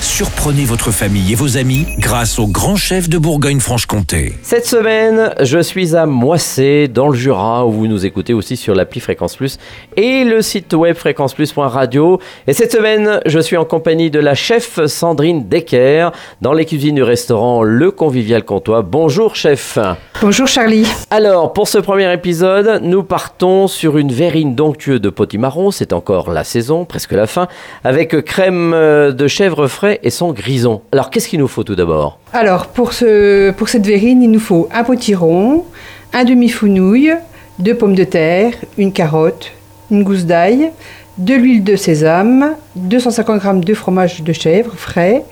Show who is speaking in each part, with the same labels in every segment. Speaker 1: Surprenez votre famille et vos amis grâce au grand chef de Bourgogne-Franche-Comté.
Speaker 2: Cette semaine, je suis à Moissé, dans le Jura, où vous nous écoutez aussi sur l'appli Fréquence Plus et le site web fréquenceplus.radio. Et cette semaine, je suis en compagnie de la chef Sandrine Decker dans les cuisines du restaurant Le Convivial Comtois. Bonjour chef.
Speaker 3: Bonjour Charlie.
Speaker 2: Alors, pour ce premier épisode, nous partons sur une verrine d'onctueux de potimarron, c'est encore la saison, presque la fin, avec crème euh, de chèvre frais et son grison. Alors, qu'est-ce qu'il nous faut tout d'abord
Speaker 3: Alors pour, ce, pour cette verrine, il nous faut un potiron, un demi-founouille, deux pommes de terre, une carotte, une gousse d'ail, de l'huile de sésame, 250 g de fromage de chèvre frais,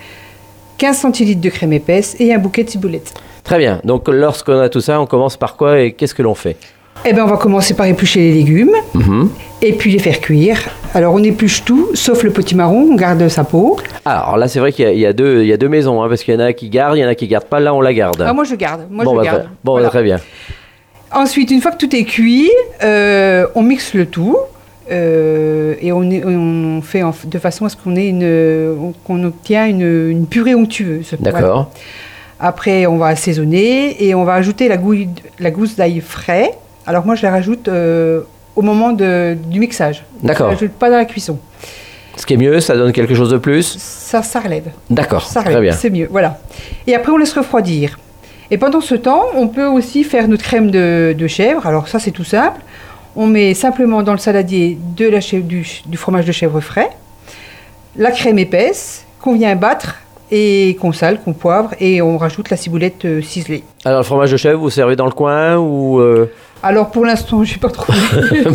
Speaker 3: 15 centilitres de crème épaisse et un bouquet de ciboulette.
Speaker 2: Très bien, donc lorsqu'on a tout ça, on commence par quoi et qu'est-ce que l'on fait
Speaker 3: Eh bien on va commencer par éplucher les légumes
Speaker 2: Mhm.
Speaker 3: et puis les faire cuire. Alors on épluche tout, sauf le potimarron, on garde sa peau.
Speaker 2: Alors là, c'est vrai qu'il y, a- il y a deux, il y a deux maisons, hein, parce qu'il y en a qui gardent, il y en a qui gardent pas, là on la garde.
Speaker 3: Ah, moi je garde, moi
Speaker 2: bon,
Speaker 3: je
Speaker 2: bah,
Speaker 3: garde.
Speaker 2: très- bon,
Speaker 3: Voilà.
Speaker 2: très bien.
Speaker 3: Ensuite, une fois que tout est cuit, euh, on mixe le tout euh, et on, est- on fait en- de façon à ce qu'on ait une, qu'on obtient une, une purée onctueuse. Voilà.
Speaker 2: D'accord.
Speaker 3: Après, on va assaisonner et on va ajouter la, gouille- la gousse d'ail frais. Alors moi, je la rajoute euh, au moment de- du mixage.
Speaker 2: D'accord.
Speaker 3: Je ne rajoute pas dans la cuisson.
Speaker 2: Ce qui est mieux, ça donne quelque chose de plus.
Speaker 3: Ça, ça relève.
Speaker 2: D'accord,
Speaker 3: Ça
Speaker 2: très
Speaker 3: relève,
Speaker 2: bien.
Speaker 3: C'est mieux, voilà. Et après, on laisse refroidir. Et pendant ce temps, on peut aussi faire notre crème de, de chèvre. Alors ça, c'est tout simple. On met simplement dans le saladier de la chèvre- du, ch- du fromage de chèvre frais, la crème épaisse qu'on vient battre et qu'on sale, qu'on poivre et on rajoute la ciboulette euh, ciselée.
Speaker 2: Alors le fromage de chèvre, vous servez dans le coin ou euh,
Speaker 3: Alors pour l'instant, je n'ai pas trouvé.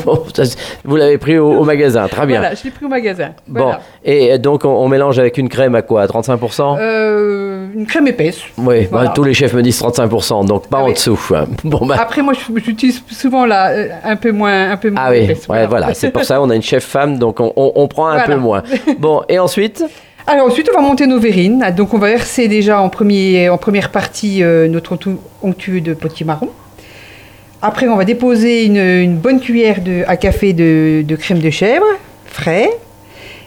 Speaker 2: bon, ça, c'est- vous l'avez pris au, au magasin, très bien.
Speaker 3: Voilà, je l'ai pris au magasin.
Speaker 2: Bon,
Speaker 3: Voilà.
Speaker 2: et donc on, on mélange avec une crème à quoi à 35%
Speaker 3: Euh, une crème épaisse.
Speaker 2: Oui, bah,
Speaker 3: voilà.
Speaker 2: tous les chefs me disent 35%, donc pas
Speaker 3: Ah
Speaker 2: en
Speaker 3: oui. Ah
Speaker 2: dessous. hein. Bon, bah,
Speaker 3: Après, moi, je- j'utilise souvent la, euh, un peu moins, un peu moins
Speaker 2: ah oui, ouais,
Speaker 3: épaisse.
Speaker 2: voilà, c'est pour ça on a une chef femme, donc on, on- on prend un
Speaker 3: Voilà.
Speaker 2: peu moins. Bon, et ensuite
Speaker 3: Alors ensuite, on va monter nos verrines. Ah, Donc on va verser déjà en, premier, en première partie euh, notre ontu- onctueux de potimarron. Après, on va déposer une, une bonne cuillère de- à café de, de crème de chèvre frais.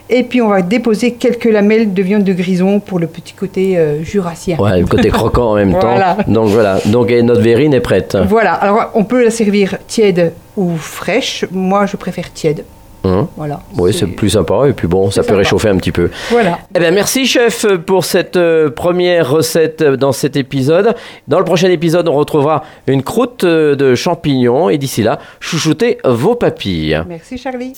Speaker 3: Et puis on va déposer quelques lamelles de viande de grison pour le petit côté euh, jurassien.
Speaker 2: Ouais, le côté croquant en même
Speaker 3: Voilà.
Speaker 2: temps. Donc voilà, donc et notre verrine est prête.
Speaker 3: Voilà, alors on peut la servir tiède ou fraîche. Moi, je préfère tiède.
Speaker 2: Hein
Speaker 3: Voilà.
Speaker 2: Oui, c'est plus sympa, et puis bon, ça peut
Speaker 3: sympa.
Speaker 2: réchauffer un petit peu.
Speaker 3: Voilà.
Speaker 2: Eh bien, merci chef pour cette euh, première recette euh, dans cet épisode. Dans le prochain épisode, on retrouvera une croûte euh, de champignons. Et d'ici là, chouchoutez vos papilles.
Speaker 3: Merci Charlie.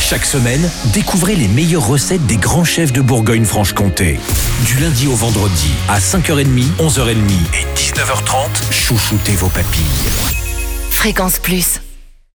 Speaker 1: Chaque semaine, découvrez les meilleures recettes des grands chefs de Bourgogne-Franche-Comté. Du lundi au vendredi, à 5h30, 11h30 et 19h30, chouchoutez vos papilles.
Speaker 4: Fréquence Plus.